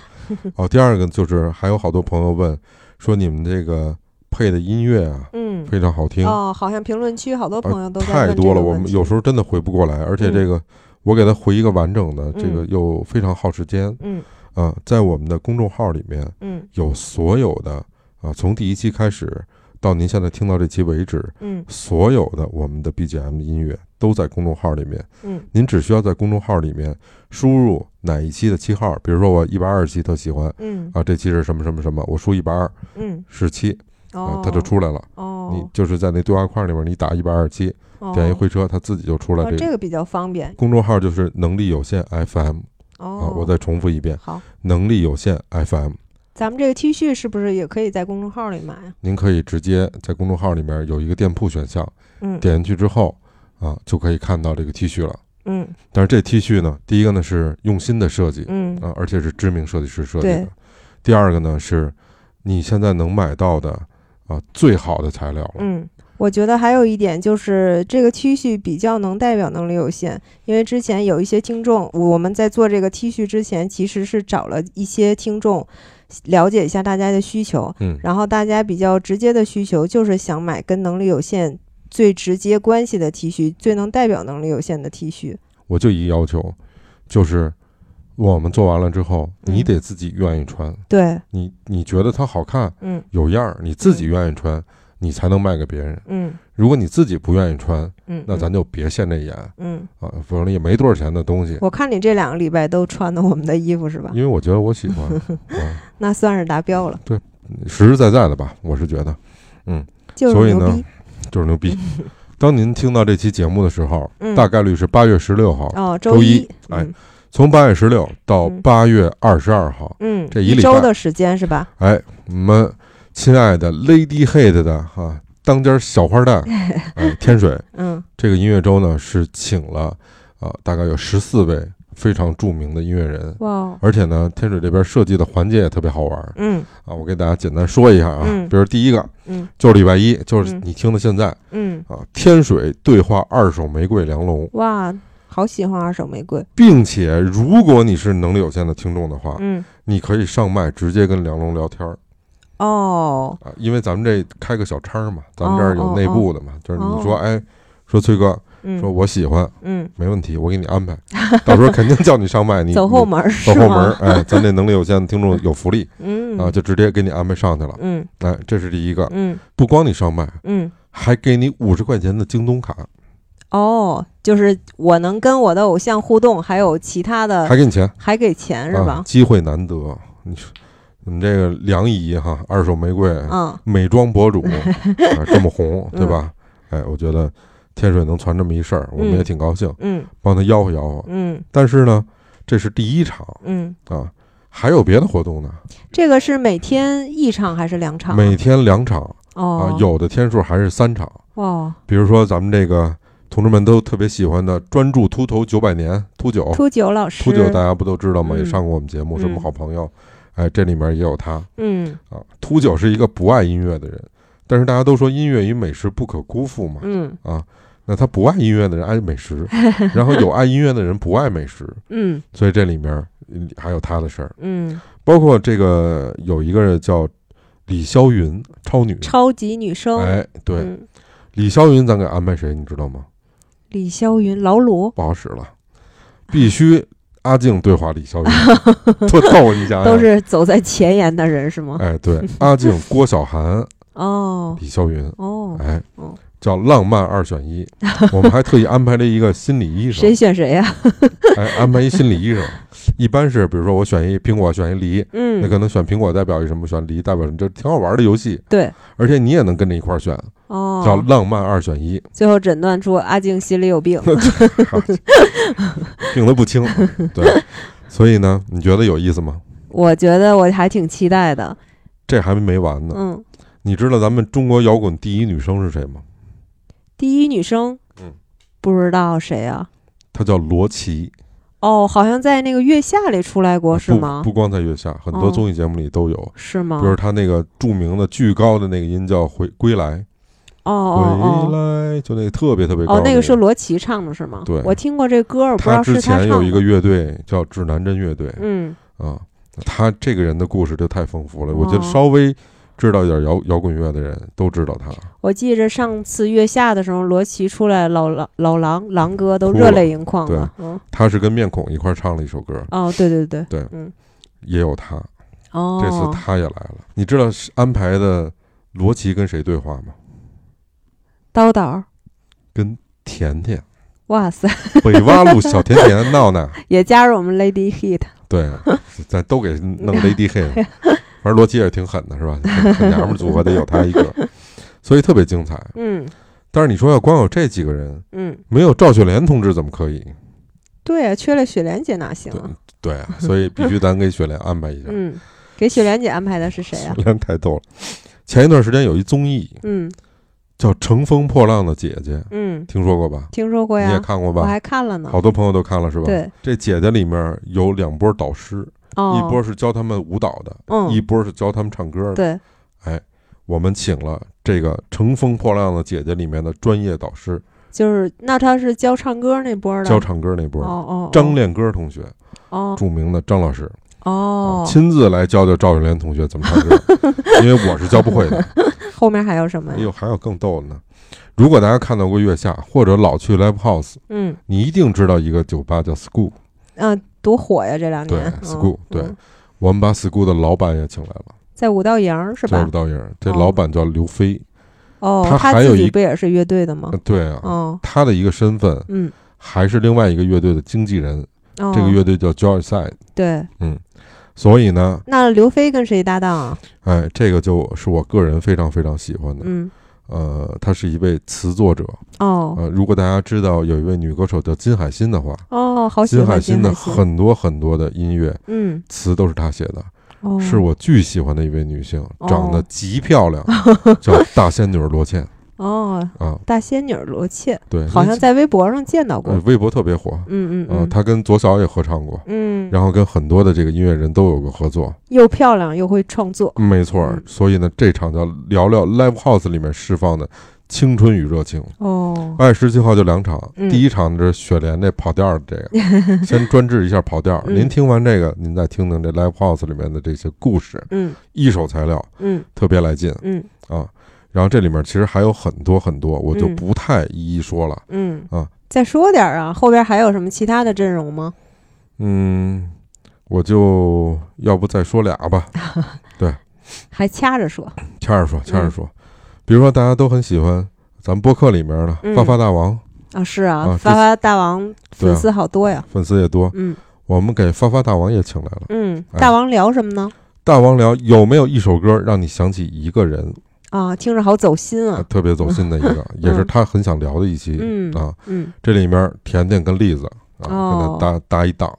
B: 哦，第二个就是还有好多朋友问说，你们这个配的音乐啊
C: 嗯，
B: 非常好听，
C: 哦，好像评论区好多朋友都在
B: 太
C: 问这
B: 多
C: 个
B: 了，我
C: 问
B: 们
C: 题嗯
B: 有时候真的回不过来，而且这个、我给他回一个完整的，这个又非常耗时间
C: 嗯
B: 啊、在我们的公众号里面
C: 嗯
B: 有所有的啊、从第一期开始到您现在听到这期为止，
C: 嗯
B: 所有的我们的 BGM 的音乐都在公众号里面。
C: 嗯
B: 您只需要在公众号里面输入哪一期的期号，比如说我一百二十期特喜欢
C: 嗯
B: 啊，这期是什么什么什么，我输一百二
C: 嗯，
B: 十七啊
C: 哦，，
B: 它就出来了。
C: 哦，
B: 你就是在那对话框里面，你打一百二十七，点一
C: 哦
B: 回车，它自己就出来
C: 哦，
B: 这
C: 这
B: 个。
C: 个比较方便
B: 公众号就是能力有限 FM 啊
C: 哦。，
B: 我再重复一遍，
C: 好，
B: 能力有限 FM。
C: 咱们这个 T 恤是不是也可以在公众号里买啊？
B: 您可以直接在公众号里面有一个店铺选项，
C: 嗯
B: 点进去之后啊，就可以看到这个 T 恤了。
C: 嗯
B: 但是这 T 恤呢，第一个呢是用心的设计
C: 嗯
B: 啊，而且是知名设计师设计的
C: 对。
B: 第二个呢是你现在能买到的啊最好的材料了。
C: 嗯，我觉得还有一点就是这个 T 恤比较能代表能力有限，因为之前有一些听众，我们在做这个 T 恤之前，其实是找了一些听众了解一下大家的需求，
B: 嗯
C: 然后大家比较直接的需求就是想买跟能力有限。最直接关系的 T 恤，最能代表能力有限的 T 恤，
B: 我就一要求，就是我们做完了之后，
C: 嗯
B: 你得自己愿意穿。
C: 对，
B: 你你觉得它好看
C: 嗯
B: 有样儿，你自己愿意穿，你才能卖给别人。
C: 嗯
B: 如果你自己不愿意穿，
C: 嗯，
B: 那咱就别现这眼
C: 嗯，嗯
B: 啊，反正也没多少钱的东西。
C: 我看你这两个礼拜都穿的我们的衣服是吧
B: 因？为我觉得我喜欢啊，
C: 那算是达标了，
B: 实实在在的吧，我是 觉得
C: 就
B: 所
C: 是
B: 以
C: 牛
B: 呢
C: 逼。
B: 就是牛 逼。当您听到这期节目的时候，
C: 嗯
B: 大概率是八月十六号，
C: 哦，
B: 周一
C: 一，
B: 哎
C: 嗯
B: 从八月十六到
C: 嗯
B: 八月二十二号，
C: 嗯，
B: 这一
C: 一
B: 礼拜
C: 周的时间是吧？
B: 哎，我们亲爱的 Lady Head 的哈、啊当家小花 旦，哎，天水
C: 嗯
B: 这个音乐周呢是请了啊、大概有十四位非常著名的音乐人，
C: 哇，哦
B: 而且呢，天水这边设计的环节也特别好玩儿
C: 嗯
B: 啊，我给大家简单说一下啊，
C: 嗯
B: 比如第一个
C: 嗯
B: 就是礼拜一，就是
C: 嗯
B: 你听的现在
C: 嗯，
B: 啊，天水对话二手玫瑰梁龙，
C: 哇，好喜欢二手玫瑰，
B: 并且如果你是能力有限的听众的话，
C: 嗯
B: 你可以上麦直接跟梁龙聊天儿。
C: 哦，
B: 啊，因为咱们这开个小叉儿嘛，咱们这儿有内部的嘛，就是你说，
C: 哦
B: 哎，说崔哥，说
C: 嗯
B: 我喜欢，
C: 嗯，
B: 没问题，我给你安排， 到时候肯定叫你上麦，你
C: 走后
B: 你
C: 门儿是
B: 走
C: 吗？
B: 后门儿，哎，咱这能力有限的听众有福利
C: 嗯
B: 啊，就直接给你安排上去了，
C: 嗯
B: 哎，这是第一个，
C: 嗯
B: 不光你上麦，
C: 嗯
B: 还给你五十块钱的京东卡，
C: 哦，就是我能跟我的偶像互动，还有其他
B: 还
C: 的
B: 给你钱，
C: 还给钱是
B: 啊
C: 吧，？
B: 机会难得，你说你们这个梁姨哈，二手玫瑰，
C: 嗯
B: 美妆博 主啊，这么红，对吧？哎，我觉得天水能传这么一事儿，我们也
C: 嗯
B: 挺高兴，
C: 嗯
B: 帮他吆喝吆喝。
C: 嗯
B: 但是呢，这是第一场
C: 嗯，
B: 啊，还有别的活动呢，
C: 这个是每天一场还是两场啊？
B: 每天两场啊
C: 哦
B: 啊，有的天数还是三场。
C: 哇
B: 比如说咱们这个同志们都特别喜欢的专注秃头九百年秃九，
C: 秃九老师，
B: 秃九大家不都知道吗？
C: 嗯
B: 也上过我们节目，是我们
C: 嗯
B: 好朋友。哎，这里面也有他
C: 嗯
B: 啊。秃九是一个不爱音乐的人，但是大家都说音乐与美食不可辜负嘛。
C: 嗯
B: 啊，那他不爱音乐的人爱美食， 然后有爱音乐的人不爱美食，
C: 嗯
B: 所以这里面嗯还有他的事儿，
C: 嗯，
B: 包括这个有一个叫李霄云，超女。
C: 超级女生，
B: 哎，对，
C: 嗯
B: 李霄云，咱给安排谁，你知道吗？
C: 李霄云、老鲁
B: 不好使了，必须阿静对话李霄 云，特逗，你想想
C: 都是走在前沿的人是吗？
B: 哎， 对，阿静、郭晓涵、
C: 哦
B: 李霄云，
C: 哦，
B: 哎
C: 哦，
B: 叫浪漫二选 一。我们还特意安排了一个心理医生
C: 谁，选谁呀？
B: 哎，安排一心理医生。一般是比如说我选一苹果，选一梨，那
C: 嗯，
B: 可能选苹果代表一什么，选梨代表什么，就挺好玩的游戏。
C: 对
B: 而且你也能跟着一块儿选，叫
C: 哦，
B: 浪漫二选 一，
C: 最后诊断出阿静心里有病。
B: 病得不轻。对，所以呢，你觉得有意思吗？
C: 我觉得我还挺期待的。
B: 这还没完呢。
C: 嗯，
B: 你知道咱们中国摇滚第一女生是谁吗？
C: 第一女生，
B: 嗯，
C: 不知道谁啊？
B: 她叫罗琦，
C: 哦，好像在那个月下里出来过，是吗
B: 啊不？不光在月下，很多
C: 哦
B: 综艺节目里都有。
C: 是吗
B: 比？如她那个著名的巨高的那个音叫回归来，
C: 哦
B: 回
C: 哦哦。
B: 来，就那个特别特别高、
C: 哦，那个是罗琦唱的是吗？
B: 对
C: 我听过这歌，我不知
B: 她
C: 道
B: 之
C: 是唱
B: 前
C: 的。
B: 有一个乐队叫指南针乐队
C: 嗯，
B: 啊，她这个人的故事就太丰富了。我觉得
C: 哦
B: 稍微知道一点摇摇滚乐的人都知道她。
C: 我记着上次月下的时候，罗琦出来，老狼老狼狼哥都
B: 哭了
C: 热泪盈眶了。嗯，
B: 她是跟面孔一块儿唱了一首歌，
C: 哦，对对对，
B: 对
C: 嗯，
B: 也有她。
C: 哦，
B: 这次她也来了。你知道是安排的罗琦跟谁对话吗？
C: 叨叨，
B: 跟甜甜，
C: 哇塞，
B: 北洼路小甜甜闹闹，
C: 也加入我们 Lady Hit，
B: 对，咱都给弄 Lady Hit，反正罗琦也是挺狠的，是吧？很娘们儿组合得有他一个，所以特别精彩。
C: 嗯
B: 但是你说要光有这几个人，
C: 嗯，
B: 没有赵雪莲同志怎么可以？
C: 对啊，缺了雪莲姐哪行
B: 对
C: 啊？
B: 对啊，所以必须咱给雪莲安排一下。
C: 嗯，给雪莲姐安排的是谁
B: 雪
C: 啊？
B: 莲太逗了。前一段时间有一综艺
C: 嗯
B: 叫《乘风破浪的姐姐》，
C: 嗯，
B: 听说过吧？
C: 听说过
B: 你也
C: 呀，
B: 看过
C: 我
B: 吧？
C: 还看了呢。
B: 好多朋友都看了是吧？
C: 对，
B: 这姐姐里面有两波导师，
C: 哦，
B: 一波是教他们舞蹈的，
C: 嗯
B: 一波是教他们唱歌的。哎
C: 对，
B: 我们请了这个《乘风破浪的姐姐》里面的专业导师，
C: 就是那他是教唱歌那波的，
B: 教唱歌那波
C: 哦
B: 儿，
C: 哦，
B: 张练歌同学，
C: 哦
B: 著名的张老师，啊
C: 哦，
B: 亲自来教教赵永莲同学怎么唱歌， 因为我是教不会的。
C: 后面还有什么
B: 哎
C: 呀？
B: 呦，还有更逗的呢！如果大家看到过月下或者老去 live house，
C: 嗯
B: 你一定知道一个酒吧叫 School。
C: 嗯，多火呀这两
B: 对
C: 年。嗯
B: ，School，对
C: 嗯
B: 我们把 School 的老板也请来了，
C: 在五道营儿是
B: 叫
C: 吧
B: 不？到人。这
C: 哦
B: 老板叫刘飞，
C: 哦，
B: 他还
C: 他
B: 有
C: 自
B: 一
C: 己不也是乐队的吗
B: 呃？对啊，
C: 哦，
B: 他的一个身份
C: 嗯，
B: 还是另外一个乐队的经纪人，
C: 这
B: 这个乐队叫 Joy Side，
C: 对。
B: 所以呢，
C: 那刘飞跟谁搭 档啊？
B: 哎，这个就是我个人非常非常喜欢的。
C: 嗯，
B: 呃，她是一位词作者。
C: 哦
B: 呃，如果大家知道有一位女歌手叫金海心的话，
C: 哦，好喜
B: 呃金
C: 欢
B: 海心的
C: 心，
B: 很多很多的音乐
C: 嗯，
B: 词都是她写的，
C: 哦，
B: 是我巨喜欢的一位女性，
C: 哦
B: 长得极漂亮， 叫大仙女罗茜
C: 哦，
B: 啊。
C: 大仙女罗茜，
B: 对，
C: 好像在微博上见到过
B: 呃。微博特别火。
C: 嗯嗯
B: 呃，
C: 嗯，
B: 她跟左小也合唱过，
C: 嗯，
B: 然后跟很多的这个音乐人都有过合作。
C: 又漂亮又会创作。
B: 没错儿
C: 嗯，
B: 所以呢，这场叫聊聊 Live House 里面释放的青春与热情。
C: 哦，
B: 八月十七号就两场，
C: 嗯
B: 第一场这是雪莲这跑调儿的这 个，先专治一下跑调儿。
C: 嗯
B: 您听完这个，您再听听这 Live House 里面的这些故事，
C: 嗯
B: 一手材料
C: 嗯
B: 特别来劲
C: 嗯
B: 啊。然后这里面其实还有很多很多，我就
C: 嗯
B: 不太一一说了。
C: 嗯
B: 啊，
C: 再说点儿啊，后边还有什么其他的阵容吗？
B: 嗯，我就要不再说俩 吧，
C: 还掐着说。
B: 掐着说，
C: 嗯
B: 掐着说。比如说大家都很喜欢咱们播客里面的
C: 嗯
B: 发发大王，
C: 啊，是
B: 啊
C: 啊，
B: 这
C: 发发大王
B: 对啊
C: 粉丝好多呀。
B: 粉丝也多，
C: 嗯
B: 我们给发发大王也请来了。
C: 嗯，
B: 哎
C: 大王聊什么呢？
B: 大王聊有没有一首歌让你想起一个人，
C: 啊，听着好走心
B: 啊
C: 啊。
B: 特别走心的一 个，也是他很想聊的一期、
C: 嗯
B: 啊。
C: 嗯，
B: 这里面甜甜跟栗子啊，
C: 哦
B: 跟他搭搭一档，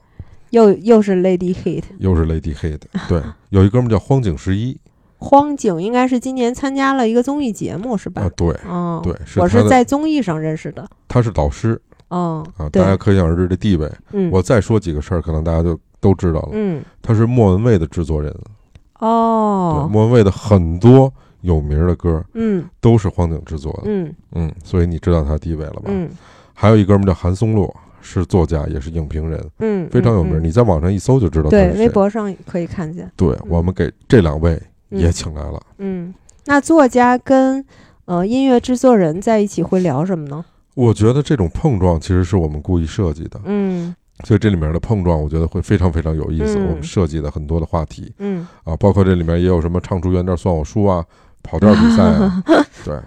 C: 又又是 Lady Hit。
B: 又是 Lady Hit，对，有一哥们叫荒井十一，
C: 荒井应该是今年参加了一个综艺节目，是吧？
B: 啊，对，
C: 嗯，
B: 对是
C: 我
B: 他
C: 是
B: 的
C: 在综艺上认识的。
B: 他是导师
C: 嗯，
B: 啊，
C: 对
B: 大，家可想而知这地位。
C: 嗯，
B: 我再说几个事儿，可能大家就都知道了。
C: 嗯，
B: 他是莫文蔚的制作人，对，
C: 哦，
B: 莫文蔚的很多有名儿的歌
C: 嗯
B: 都是荒井制作的，
C: 嗯
B: 嗯，啊所以你知道他地位了吧？
C: 嗯
B: 还有一哥们儿叫韩松洛，是作家，也是影评人，
C: 嗯，
B: 非常有名儿。
C: 嗯。嗯
B: 你在网上一搜就知道他
C: 对
B: 是，谁。
C: 微博嗯上可以看见。
B: 对我们给这两位也
C: 嗯
B: 请来了。
C: 嗯，那作家跟呃音乐制作人在一起会聊什么呢？
B: 我觉得这种碰撞其实是我们故意设计的，
C: 嗯
B: 所以这里面的碰撞，我觉得会非常非常有意思。
C: 嗯
B: 我们设计的很多的话题
C: 嗯
B: 啊，包括这里面也有什么唱出原调算我输啊，跑调比赛 啊，对。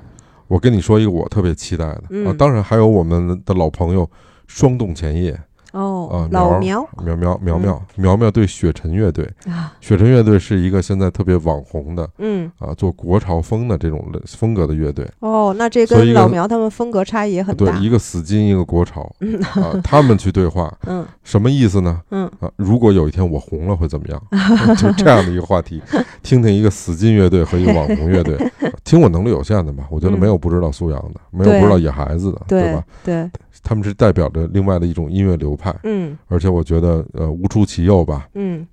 B: 我跟你说一个我特别期待的、啊，
C: 嗯
B: 当然还有我们的老朋友双动前夜
C: 哦
B: 啊，，
C: 老
B: 苗苗
C: 苗
B: 苗苗苗
C: 嗯
B: 苗苗对雪尘乐队，
C: 啊，
B: 雪尘乐队是一个现在特别网红的
C: 嗯
B: 啊，做国潮风的这种类风格的乐队。
C: 哦，那这
B: 所以
C: 跟老
B: 跟
C: 苗他们风格差异也很
B: 对
C: 大，。
B: 一个死金，一个国潮，啊，他们去对话，
C: 嗯
B: 什么意思呢？
C: 嗯
B: 啊，如果有一天我红了会怎么样？ 就这样的一个话题，听听一个死金乐队和一个网红 乐队，听我能力有限的吧，我觉得
C: 嗯
B: 没有不知道苏阳的，没有
C: 对
B: 不知道野孩子的，对
C: 对
B: 吧？
C: 对，
B: 他们是代表着另外的一种音乐流派，
C: 嗯
B: 而且我觉得呃无出其右吧。
C: 嗯，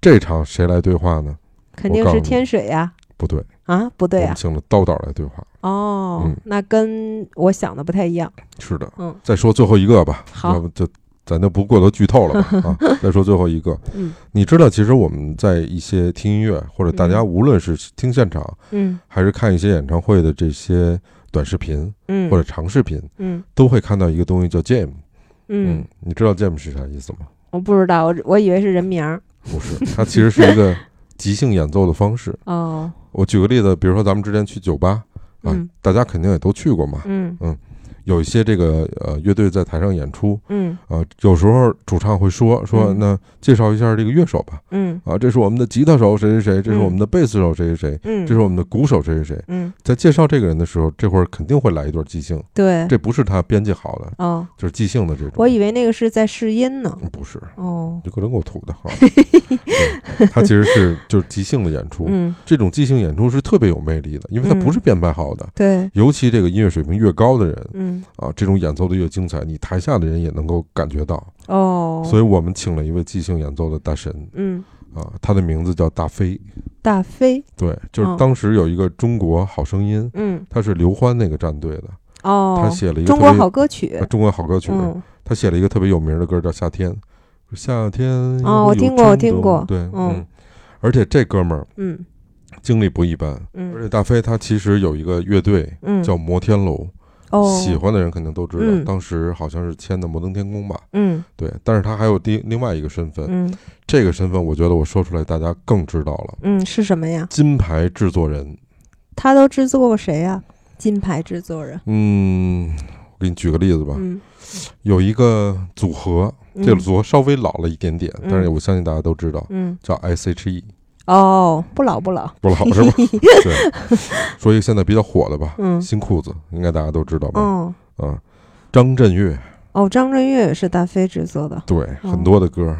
B: 这场谁来对话呢？
C: 肯
B: 我
C: 定
B: 告诉
C: 是
B: 你
C: 天水呀。
B: 不对，
C: 啊，不对
B: 我
C: 呀
B: 们、请了刀导来对话。
C: 哦，
B: 嗯
C: 那跟我想的不太一样。
B: 是的，
C: 嗯，
B: 再说最后一个吧，
C: 好
B: 要不就咱就不过多剧透 了吧啊。再说最后一个，
C: 嗯
B: 你知道，其实我们在一些听音乐，或者大家
C: 嗯
B: 无论是听现场、
C: 嗯
B: 还是看一些演唱会的这些短视频
C: 嗯，
B: 或者长视频，
C: 嗯
B: 都会看到一个东西叫 jam。
C: 嗯
B: 你知道 jam 是啥意思吗？
C: 我不知道，我我以为是人名儿。
B: 不是，它其实是一个即兴演奏的方 式。
C: 哦，
B: 我举个例子，比如说咱们之前去酒吧啊，
C: 嗯
B: 大家肯定也都去过嘛。
C: 嗯
B: 有一些这个呃乐队在台上演出，
C: 嗯
B: 啊，有时候主唱会说说，
C: 嗯
B: 那介绍一下这个乐手吧。
C: 嗯
B: 啊，这是我们的吉他手谁谁谁，这是我们的贝斯手谁谁谁，
C: 嗯，
B: 这是我们的鼓手谁谁谁。
C: 嗯
B: 在介绍这个人的时候，这会儿肯定会来一段即兴，
C: 对
B: 这不是他编辑好的，
C: 哦，
B: 就是即兴的这种。
C: 我以为那个是在试音呢。
B: 嗯不是，
C: 哦，
B: 你可真够土的哈。 对他其实是就是即兴的演出，
C: 嗯，
B: 这种即兴演出是特别有魅力的，因为它不是编排好的。
C: 对，
B: 尤其这个音乐水平越高的人
C: 嗯
B: 啊，这种演奏的越精彩，你台下的人也能够感觉到。
C: 哦，
B: 所
C: 以
B: 以我们请了一位即兴演奏的大神
C: 嗯，
B: 啊，他的名字叫大飞。
C: 大飞，
B: 对，就是
C: 哦
B: 当时有一个中国好声音，
C: 嗯
B: 他是刘欢那个战队的，
C: 哦
B: 他，写了一个
C: 中
B: 特
C: 国
B: 别
C: 好歌曲
B: 呃。中国好歌曲，
C: 嗯
B: 他写了一个特别有名的歌叫《夏天》，夏天
C: 哦我
B: 也会有
C: 听过我
B: 冲
C: 听
B: 动
C: 过
B: 对，
C: 嗯
B: 嗯，而且这哥们儿
C: 嗯
B: 经历不一般，而
C: 嗯
B: 且大飞他其实有一个乐队
C: 嗯，
B: 叫摩天楼，
C: 哦，
B: 喜欢的人肯定都知道，
C: 嗯
B: 当时好像是签的摩登天空吧，
C: 嗯
B: 对，但是他还有第另外一个身份，
C: 嗯
B: 这个身份我觉得我说出来大家更知道了，
C: 嗯是什么呀？
B: 金牌制作人，
C: 他都制作过谁呀？金牌制作人。
B: 嗯，我给你举个例子吧，
C: 嗯，
B: 有一个组合，
C: 嗯
B: 啊这个组合稍微老了一点点，
C: 嗯
B: 但是我相信大家都知道，
C: 嗯
B: 叫 S.H.E，
C: 哦，不老不老。
B: 不老是 吧？对，说一个现在比较火的吧，
C: 嗯
B: 新裤子应该大家都知道吧？
C: 哦
B: 啊，张震岳，
C: 哦，张震岳也是大飞制作的。
B: 对，
C: 哦
B: 很多的歌，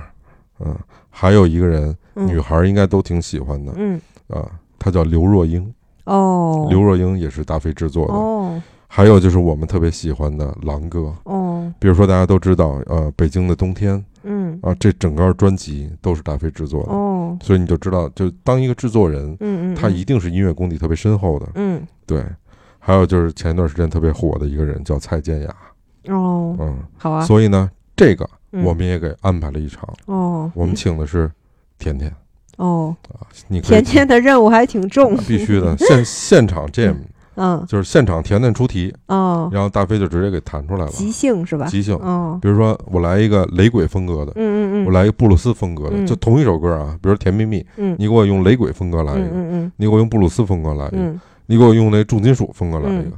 B: 嗯，还有一个人，
C: 嗯
B: 女孩应该都挺喜欢的
C: 嗯
B: 啊，她叫刘若英，
C: 哦
B: 刘若英也是大飞制作的，
C: 哦
B: 还有就是我们特别喜欢的狼哥。
C: 哦
B: 比如说，大家都知道，呃，北京的冬天
C: 嗯
B: 啊，这整个专辑都是大飞制作的。
C: 哦
B: 所以你就知道，就当一个制作人，
C: 嗯嗯，
B: 啊他一定是音乐功底特别深厚的。
C: 嗯
B: 对，还有就是前一段时间特别火的一个人叫蔡健雅，
C: 嗯哦
B: 嗯，
C: 好啊。
B: 所以呢，这个
C: 嗯
B: 我们也给安排了一场，
C: 哦
B: 我们请的是甜甜，
C: 哦，
B: 你可以啊
C: 甜甜的任务还挺重。
B: 必须的现现场 jam，
C: 嗯
B: 就是现场甜甜出题，
C: 哦，
B: 然后大飞就直接给弹出来了，
C: 即兴是吧？
B: 即兴。
C: 哦
B: 比如说我来一个雷鬼风格的，
C: 嗯嗯嗯，
B: 我来一个布鲁斯风格的，
C: 嗯
B: 就同一首歌啊，比如《甜蜜蜜》，
C: 嗯
B: 你给我用雷鬼风格来一
C: 嗯
B: 个，
C: 嗯
B: 你给我用布鲁斯风格来一
C: 嗯
B: 个，
C: 嗯，
B: 你给我用那重金属风格来一个，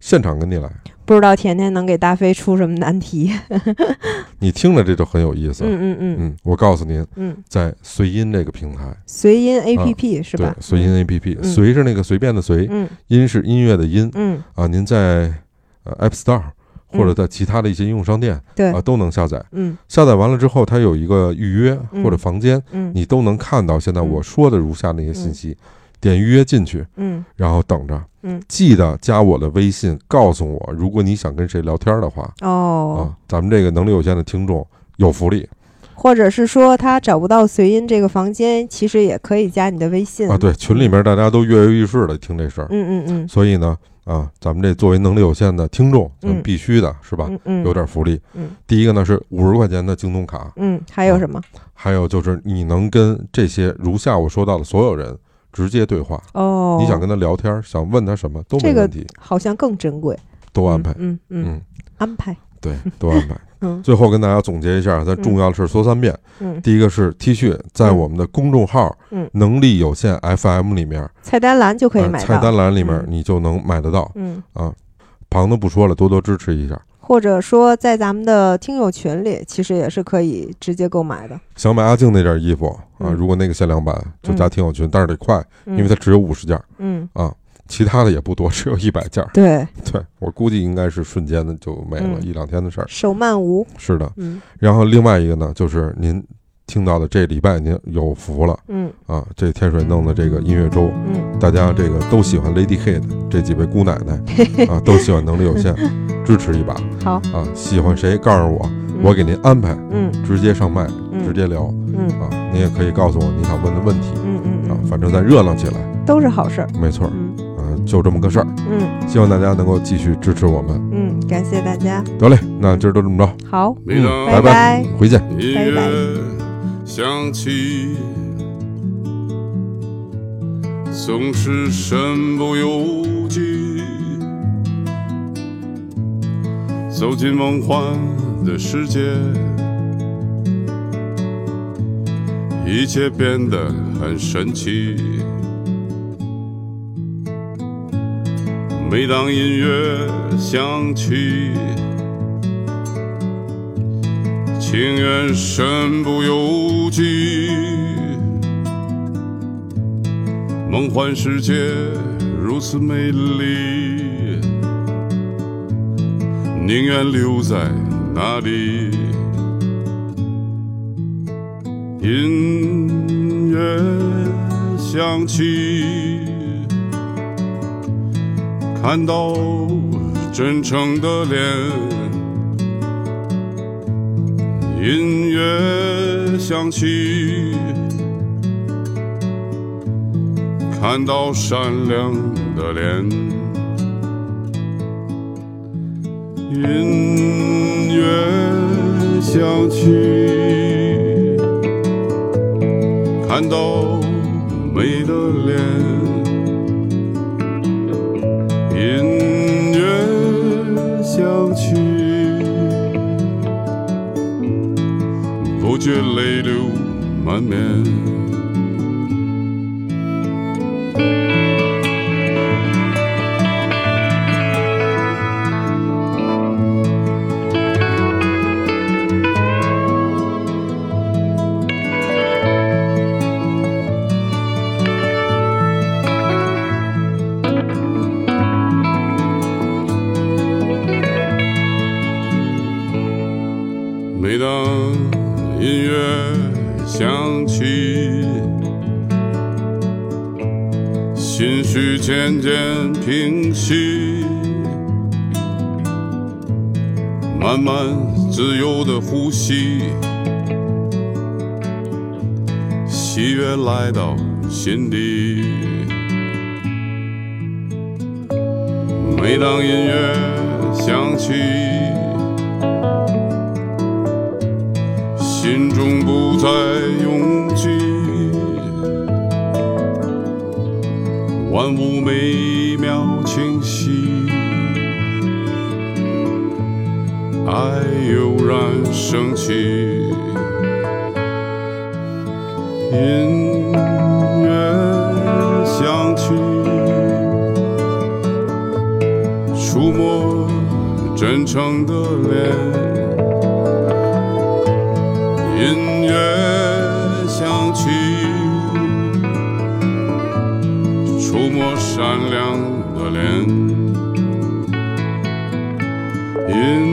B: 现场跟你来，
C: 不知道甜甜能给大飞出什么难题。
B: 你听着这就很有意思。
C: 嗯嗯嗯
B: 嗯我告诉您，
C: 嗯，
B: 在随音这个平台，
C: 随音 A P P 是
B: 嗯对
C: 吧？，
B: 随音 APP，、
C: 嗯
B: 随是那个随便的随，
C: 嗯。
B: 音是音乐的音
C: 嗯
B: 啊。您在呃 App Store 或者在其他的一些应用商店、
C: 对
B: 啊都能下载。
C: 嗯
B: 下载完了之后，它有一个预约或者
C: 嗯
B: 房间，
C: 嗯嗯
B: 你都能看到现在
C: 嗯
B: 我说的如下那些信息。点预约进去，
C: 嗯
B: 然后等着。
C: 嗯，
B: 记得加我的微信，告诉我，如果你想跟谁聊天的话啊，
C: 哦，
B: 咱们这个能力有限的听众有福利
C: 或者是说他找不到随音这个房间，其实也可以加你的微信
B: 啊。对，群里面大家都跃跃欲试的听这事儿，
C: 嗯嗯嗯嗯
B: 所以呢，啊，咱们这作为能力有限的听众，咱们
C: 嗯
B: 必须的是吧？
C: 嗯嗯，
B: 有点福利。
C: 嗯
B: 第一个呢是五十块钱的京东卡，
C: 嗯，还有什么？
B: 还有就是你能跟这些如下我说到的所有人直接对话，
C: 哦，
B: 你想跟他聊天，想问他什么都没
C: 这个
B: 问题，
C: 好像更珍贵，
B: 都安排。
C: 嗯嗯嗯，
B: 嗯，
C: 安排，
B: 对，都安排。
C: 嗯
B: 最后跟大家总结一下，咱重要的事儿说三遍。
C: 嗯，
B: 第一个是 T 恤，在我们的公众号
C: 嗯
B: “能力有限 FM” 里面，
C: 菜单栏就可以
B: 呃
C: 买到，
B: 菜单栏里面
C: 嗯
B: 你就能买得到。
C: 嗯，
B: 旁的不说了，多多支持一下。
C: 或者说在咱们的听友群里，其实也是可以直接购买的，
B: 想买阿静那件衣服啊，
C: 嗯
B: 如果那个限量版就加听友群，但是得快，
C: 因
B: 因为它只有五十件儿，
C: 嗯，
B: 其他的也不多，只有一百 件儿。
C: 对，
B: 对我估计应该是瞬间的就没了，
C: 嗯
B: 一两天的事儿。
C: 手慢无，
B: 是的，
C: 嗯
B: 然后另外一个呢，就是您听到的这礼拜您有福了
C: 嗯
B: 啊，这天水弄的这个音乐周，
C: 嗯，
B: 大家这个都喜欢 Lady Kid 这几位姑奶 奶啊，都喜欢能力有限，支持一把
C: 嗯好，
B: 啊！喜欢谁告诉我，我给您安排，
C: 嗯
B: 直接上麦，
C: 嗯
B: 直接聊
C: 嗯
B: 啊！您也可以告诉我你想问的问题
C: 嗯嗯
B: 啊，
C: 嗯，
B: 反正咱热闹起来，
C: 都是好事儿，
B: 没错儿
C: 嗯
B: 啊，就这么个事儿。
C: 嗯
B: 希望大家能够继续支持我们。
C: 嗯，感谢大家，
B: 得嘞，那今儿就这么着，嗯
C: 好，
D: 每当
B: 拜
C: 拜。
B: 回见。
D: 音
C: 拜拜
D: 乐响起，总是身不由己，走进梦幻的世界，一切变得很神奇。每当音乐响起。情愿身不由己。梦幻世界如此美丽，宁愿留在那里。音乐响起，看到真诚的脸。音乐响起，看到善良的脸。音乐响起，看到美的脸。音乐响起。不觉泪流满面。每当音乐响起，心绪渐渐平息，慢慢自由的呼吸，喜悦来到心底。每当音乐响起。心中不再拥挤，万物美妙清晰，爱悠然升起，音乐响起，触摸真诚的脸。音乐响起，触摸善良的脸。音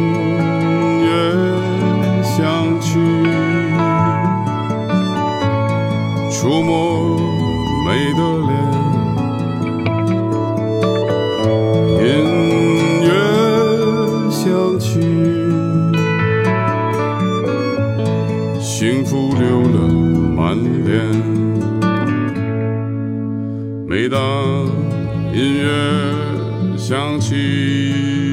D: 乐响起，触摸美的脸。每当音乐响起。